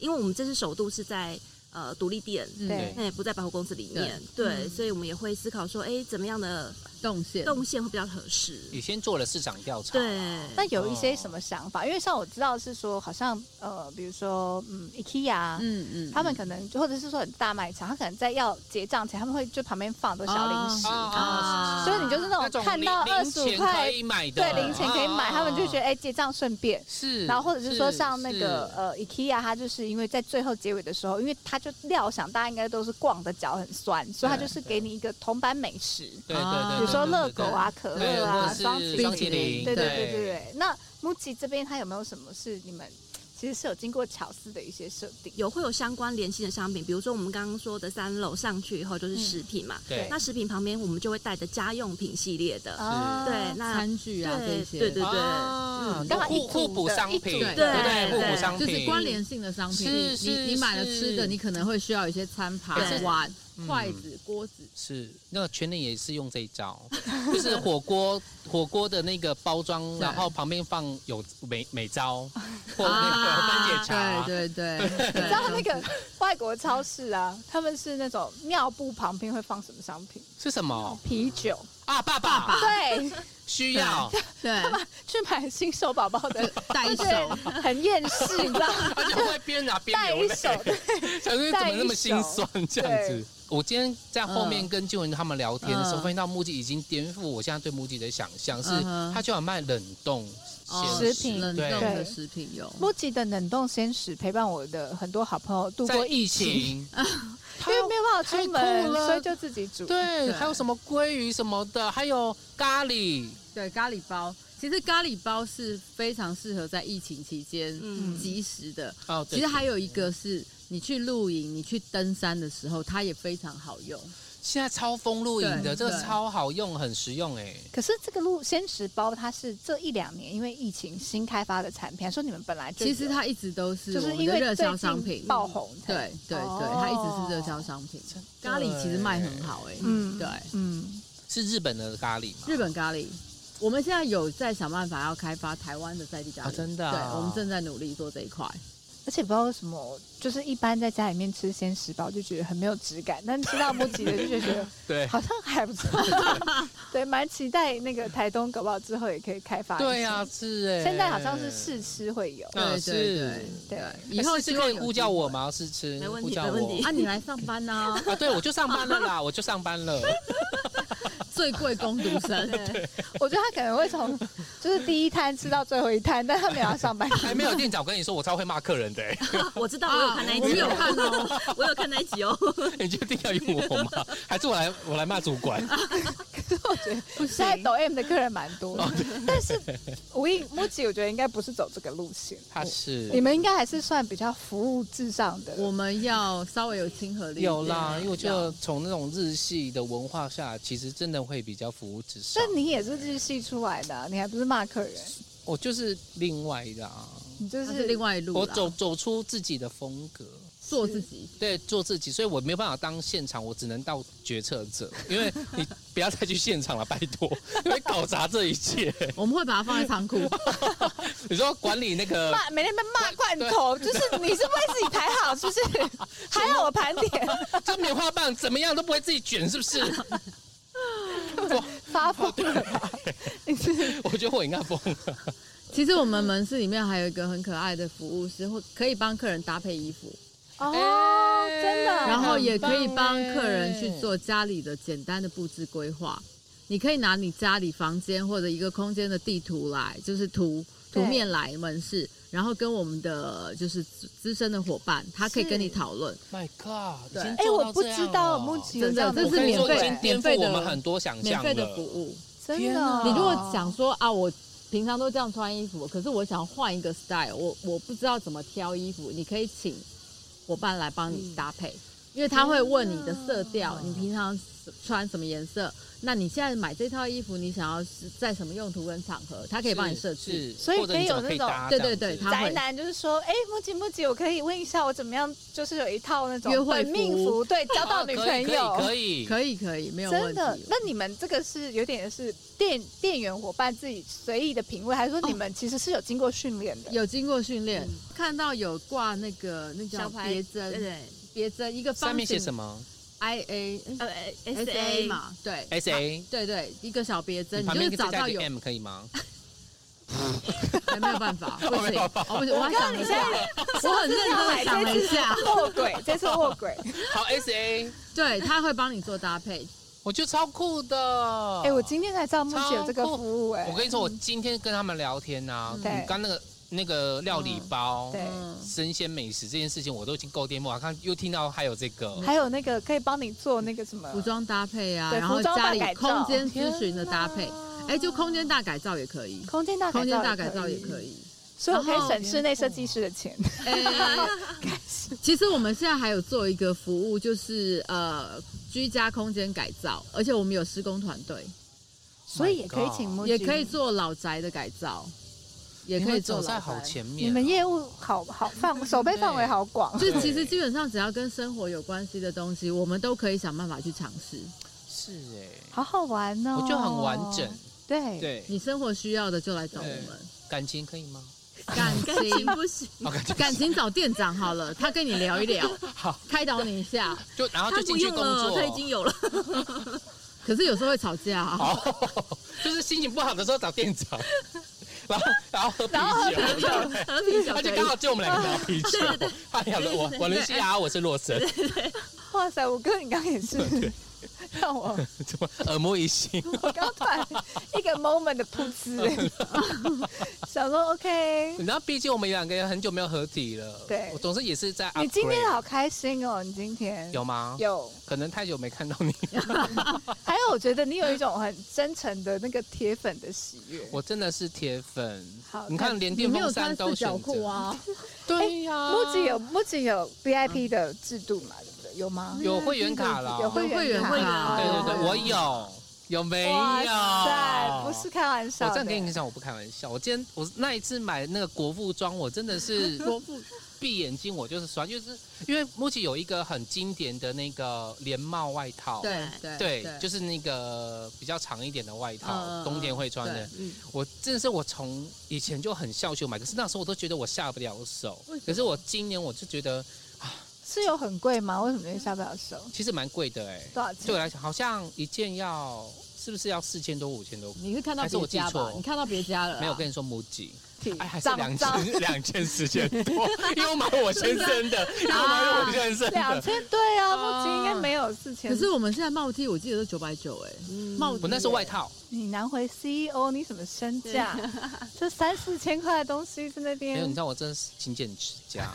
因为我们这次首度是在呃独立店。
嗯
对
那也不在百货公司里面，
对
对，
嗯
所以我们也会思考说，哎，怎么样的
动线
动线会比较合适？
也先做了市场调查。
对，
那有一些什么想法？因为像我知道是说，好像呃，比如说嗯，IKEA，、
嗯嗯，
他们可能或者是说很大卖场，他可能在要结账前，他们会就旁边放很多小零食，
哦
啊
所以你就是那
那
种
种
看到
零
二
零
十五
钱
块
可，以买的，
对，零钱可以买，
哦
他们就觉得哎、结账顺便。
是。
然后或者是说像那个
是
呃 IKEA，它就是因为在最后结尾的时候，因为他就料想大家应该都是逛的脚很酸，所以他就是给你一个铜板美食，
对对对
啊
对，
呃比如说
对
热狗，啊、可
对对
乐
对
啊、
对或
双
者
奇
是
冰
双
淇
麒
淋
麟，
对对
对
对对对。那 MUJI 这边它有没有什么是你们其实是有经过巧思的一些设定？
有会有相关联系的商品，比如说我们刚刚说的三楼上去以后就是食品嘛，
对
那食品旁边我们就会带着家用品系列的，
啊
对，那
餐具啊
对
这些，
对对
啊
嗯
刚好一
互互
组
补
的
商
一
品，
组
对
的
对，
对
互补
对
商
就
品
是关联性的商品，
是
你
是
你你买了
是
吃的，你可能会需要一些餐
对
盘、
是
碗、
嗯
筷子、锅子，
是，那个全联也是用这一招，就是火锅火锅的那个包装，
对
然后旁边放有美美招或那个番茄茶，
啊对对对，
你知道那个 外国超市啊，他们是那种尿布旁边会放什么商品？
是什么
啤酒。
啊？爸爸
对，
需要，
对
去买新手宝宝 的，
带
就
手
是很厌世，你知道吗？
而且会边拿边
带
流
一
泪，
手
想 说怎么那么心酸这样
对
子。我今天在后面跟救人他们聊天的时候，
嗯
发现到木吉已经颠覆我现在对木吉的想象，是
嗯哼
他就想卖冷冻
哦
鲜
食品
冷冻
对
的食品有，
MUJI 的冷冻鲜食陪伴我的很多好朋友度
在
过
疫
疫 情，
情，
因为没有办法出
太
门
酷，了
所以就自己煮。
对，
对
还有什么鲑鱼什么的，还有咖喱，
对咖喱包，其实咖喱包是非常适合在疫情期间
嗯
及时的。
哦，对
其实还有一个是你去露营、你去登山的时候，它也非常好用。
现在超风露营的，
对
这个
对
超好用，很实用哎。
可是这个路鲜食包，它是这一两年因为疫情新开发的产品，还说你们本来就有
其实它一直都是
就
我
是
们
因
的
为
热
最
销商
近
品，
爆红哦才，
对对对，它一直是热销商品。咖喱其实卖很好哎、
嗯
对，
嗯，
欸是日本的咖喱吗？
日本咖喱，我们现在有在想办法要开发台湾的在地咖喱，
啊真的啊
对，我们正在努力做这一块。
而且不知道为什么，就是一般在家里面吃鲜食包就觉得很没有质感，但吃到木吉的就觉得
哎
对
好像还不错， 对，蛮期待那个台东搞不好之后也可以开发。
对啊，，是哎。
现在好像是试吃会有，
嗯
对对
是
对
对
对，
哎，
以后
是是
希望
可以
有
呼
机
叫我
会？
吗？试吃，
没问题
呼叫我
没问题
啊，你来上班呢、
啊，对，我就上班了啦，我就上班了。
最贵工读 生。
我觉得他可能会从就是第一摊吃到最后一摊，但他没有要上班。
还没有店长，我跟你说，我超会骂客人的欸，
我知道，我有看那一集，
我们有看哦，
我有看那一集哦。
你就一定要用我吗？还是我来我来骂主管？
我觉 得现在抖 M 的客人蛮多
哦
的，但是无印木吉我觉得应该不是走这个路线，
他是
你们应该还是算比较服务至上的。
我们要稍微有亲和力一点。啊
有啦，因为我觉得
要
从那种日系的文化下，其实真的会比较服务至上。
但你也是日系出来的啊、你还不是骂客人，
我就是另外的啊，
你就
这
是
是另外一路啦
我走走出自己的风格，
做自己。
对，做自己，所以我没有办法当现场，我只能到决策者，因为你不要再去现场了，拜托，因为搞砸这一切。
我们会把它放在仓库，
你说管理那个，
骂，每天被骂罐头，就是你是不会自己排好，是不 是？还要我盘点，
这棉花棒怎么样都不会自己卷，是不是？
发疯了吧，你是
我觉得我应该疯了。
其实我们门市里面还有一个很可爱的服务是会可以帮客人搭配衣服，
哎
哦，真的，
哎
哎
然后也可以帮客人去做家里的简单的布置规划。你可以拿你家里房间或者一个空间的地图来，就是图
对
图面来门市，然后跟我们的就是资资深的伙伴，他可以
是
跟你讨论。
My God！已
对
经
哎，
做
我
到
不
这样
知
了
道木吉有
真
这
的
样的
这
我
服务，
跟
是
你说
免费
已
的
经颠
免费
覆
的
我们很多想
免
象
费的服
了。
务。
真
天
的哦
哪。
你如果想说啊，我平常都这样穿衣服，可是我想换一个 style，我我不知道怎么挑衣服，你可以请伙伴来帮
嗯
你搭配，因为他会问你的
啊
色调，你平常穿什么颜色，那你现在买这套衣服，你想要是在什么用途跟场合，他可以帮你设计。
是，是
所以
或者
可以
你怎么
有
可以
那种
搭
对
这样
对对
子
他会
宅男就是说，哎、木吉木吉，我可以问一下，我怎么样？就是有一套那种
约会
本命
服
服， 对，交到
啊
女
可
朋
以
友，
可以可以，
可以可以，没有问
真
题。
的。那你们这个是有点是店店员伙伴自己随意的品味，还是说
哦
你们其实是有经过训练的？
有经过训练，
嗯
看到有挂那个那叫
小牌
别
对
针，
对，
别针一个
上
方
面写
形
什么
I A
呃呃
S A
A
嘛，对
S A，
对对，一个小别针，你
旁
就
边
是
可以
找
再加
到
一
有
个 M 可以吗？
哎没有办法， 不
没
行，
有
哦
办法
不行，我要想一下，我很认真的想 了一下，
卧轨，这次卧轨。
好 S A，
对他会帮你做搭 配，
我觉得超酷的。
哎、我今天才知道木吉有这个服务、
我
哎，
跟你说，我今天跟他们聊天啊，
对
你刚那个那个料理包、
对
嗯，
生鲜美食这件事情，我都已经够颠簸了，看又听到还有这个，
还有那个可以帮你做那个什么
服装搭配啊，
对
然后
服装
家
大
里
改造
空间咨询的搭配，哎，就空间大改造也可以，
空间大
空间大改
改
造也
以，
可以。
所以我可以
然后
省室内设计师的钱。
呃，其实我们现在还有做一个服务，就是呃居家空间改造，而且我们有施工团队，
所以也可以请
My
木吉，
也可以做老宅的改造，也
God，
可以
你们走
做
在
老
好
宅。
前面、啊
你们业务好好范，手背范围好广。
就
对
其实基本上只要跟生活有关系的东西，我们都可以想办法去尝试。
是哎、
好好玩哦！
我觉得很完整。
对，
对，
你生活需要的就来找我们，
感情可以吗？
感
感情
情
不行，
哦，感情
感情找店长好了，他跟你聊一聊，
好，
开导你一下。
就然后
他
就
不
进去
用
工
了，
作，
他已经有了。
可是有时候会吵架、啊，
好，就是心情不好的时候找店长，然后然后喝啤
然后喝啤
酒。
酒，
和平 小
他就
可
刚好
以，
就我们两个聊啤酒，他聊了我我伦西亚，我是洛神，
哇塞，我哥你刚刚也是，让我
怎么耳目一新？
我刚突然一个 moment 的噗嗤，想说 OK，
你知道，毕竟我们两个人很久没有合体了，
对
我总是也是在 upgrade。
你今天好开心哦，你今天
有吗？，
有，
可能太久没看到 你，
还有我觉得你有一种很真诚的那个铁粉的喜悦。
我真的是铁粉
好。
你看，连
你
电
没有
风
穿
扇都
四角
选
裤
择，
啊？
对呀，
木哎吉有木吉有 VIP 的制度嘛？对不对？有吗？
嗯有会员卡啦，
有会
有会员
员卡，
会
对
员
对对，
哦
我有，有没有？
哇塞，不是开玩笑
我
的。
这样跟你讲，我不开玩笑。我今天我那一次买那个国服装，我真 的是国服闭眼睛我就是酸，就是因为木吉有一个很经典的那个连帽外套，
对对
对就是那个比较长一点的外套，
嗯嗯嗯
冬天会穿的。
嗯
我真的是我从以前就很笑羞买，可是那时候我都觉得我下不了手
为什么。
可是我今年我就觉得
是有很贵吗？为什么你下不了手？
其实蛮贵的哎、
多少钱？
对我来讲好像一件要是不是要四千多五千多？
你是看到别
还
家
是我
吧
记？错
你看到别家了啊？
没有，我跟你说木吉。
体
哎，还是
脏
两
脏
千 两千四千 多，因为我买我先生的，因为我买我先生
两
的。
千对啊，
啊
木吉应该没有四千。
可是我们现在帽 T 我记得都九百九哎，帽 T
我那是外套，
你拿回 CEO，你什 E 么身价？ 这三四千块的东西在那
嗯
没有，你
边
知。道我真的是勤俭持 家，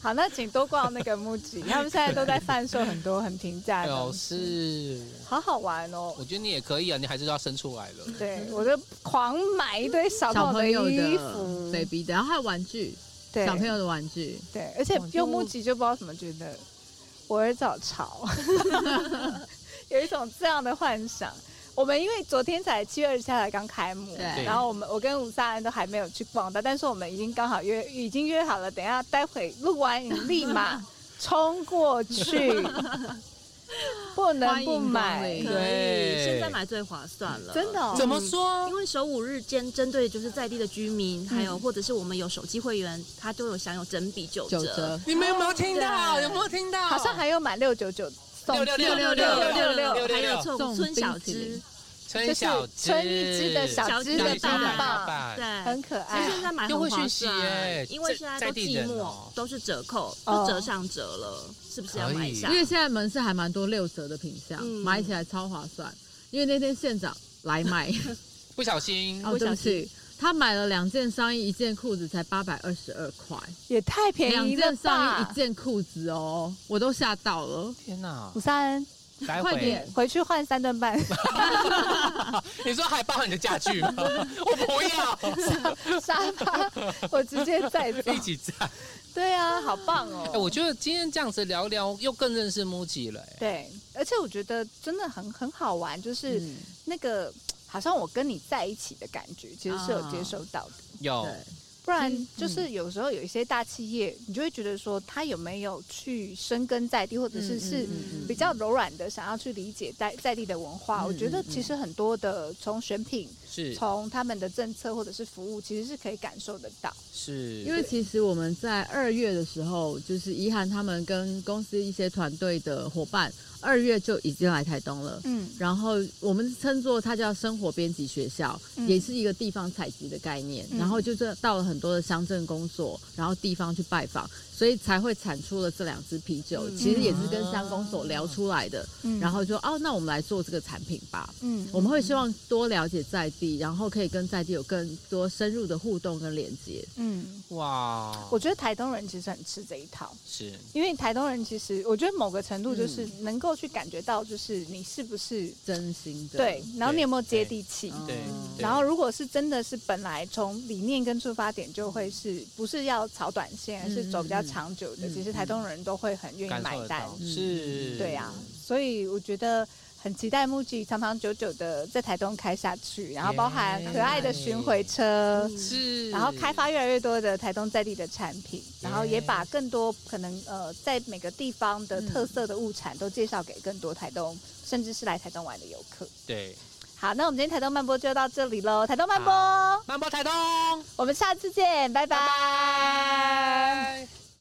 好，那请多逛那个木吉，他们现在都在贩售很多很平
哎
价的
有
东西，
是，
好好玩哦。
哎我觉得你也可以啊，你还是要生出来了。
对，我就狂买一堆小
小
朋
朋
友
友
的衣
的
服，
baby 的，然后还有玩具，
对
小朋友的玩具。
对，而且
哇就
用木吉就不知道怎么觉得我儿子好 潮， 有一种这样的幻想。我们因为昨天才七月二十三才刚开幕，
对
然后我们我跟吴萨恩都还没有去逛到，但是我们已经刚好 约已经约好了，等一下待会录完你立马冲过 去，不能
欢
不
迎光
买
临，
可以，现在买最划算了，
真的哦、
怎么说
因？为首五日间针对就是在地的居民，
嗯
还有或者是我们有手机会员，他都有享有整笔九
九折，
你们有没有听到？
对
有没有听
嗯
到？
好像还有满六九九送
六六六
六六
六六
六
六
六
还有
六
送
送
孙小
冰淇
枝
淋，
就
春
是
小枝，
春一枝的小
枝
枝
的
的
爸
爸
爸
爸
对，
很可
其实
爱。
现在买
又会
很划
讯息耶
算，因为
在
现在
在
都
地
寂
人
寞，
哦
都是折扣，
哦
都折上折了，是不是要
可
买
以
一下
因？为现在门市还蛮多六折的品相，
嗯
买起来超划算。因为那天县长来 买，
不小心
哦，对不起，他买了两件上衣，一件裤子才八百二十二块，
也太便
两
宜了
件上衣
吧
一！件裤子哦，我都吓到了。
天哪
五，三
来
快
回
点，
回去换三顿半，
你说还包含你的家具吗？我不 要，
沙发我直接再 走
一。起站。
对啊，好棒
哎、
哦！
我觉得今天这样子聊聊，又更认识 MUJI 了、哎，
对，而且我觉得真的很很好玩，就是
嗯
那个好像我跟你在一起的感觉，其实是有接收到的。
有
对，
不然
嗯
就是有时候有一些大企业，你就会觉得说他有没有去深耕在地，或者是
嗯
是
嗯嗯嗯
比较柔软的想要去理解在在地的文化。
嗯
我觉得
嗯
其实很多的从选品，
是
从他们的政策或者是服务，其实是可以感受得到。
是，
因为其实我们在二月的时候，就是怡涵他们跟公司一些团队的伙伴，二月就已经来台东了。
嗯
然后我们称作它叫生活编辑学校，
嗯
也是一个地方采集的概念。
嗯
然后就是到了很多的乡镇工作，然后地方去拜访，所以才会产出了这两支啤酒。
嗯
其实也是跟乡公所聊出来的，
嗯
然后就哦，那我们来做这个产品吧。
嗯
我们会希望多了解在地，然后可以跟在地有更多深入的互动跟连接。
嗯，
哇，
我觉得台东人其实很吃这一套。
是
因为台东人其实，我觉得某个程度就是
嗯
能够去感觉到，就是你是不是
真心的，
对，然后你有没有接
对
地气，
嗯
对，对
然后如果是真的是本来从理念跟出发点就会是不是要炒短线，而是走比较长久的，
嗯
其实台东人都会很愿
感
意
受
买
得
单
到，，
嗯
是，
对啊，所以我觉得。很期待木吉长长久久的在台东开下去，然后包含可爱的巡回车，
嗯
是，
然后开发越来越多的台东在地的产品，然后也把更多可能呃在每个地方的特色的物产都介绍给更多台东，甚至是来台东玩的游客。
对，
好，那我们今天台东漫播就到这里喽，台东漫播，
好，慢波台东，
我们下次见，拜拜
拜。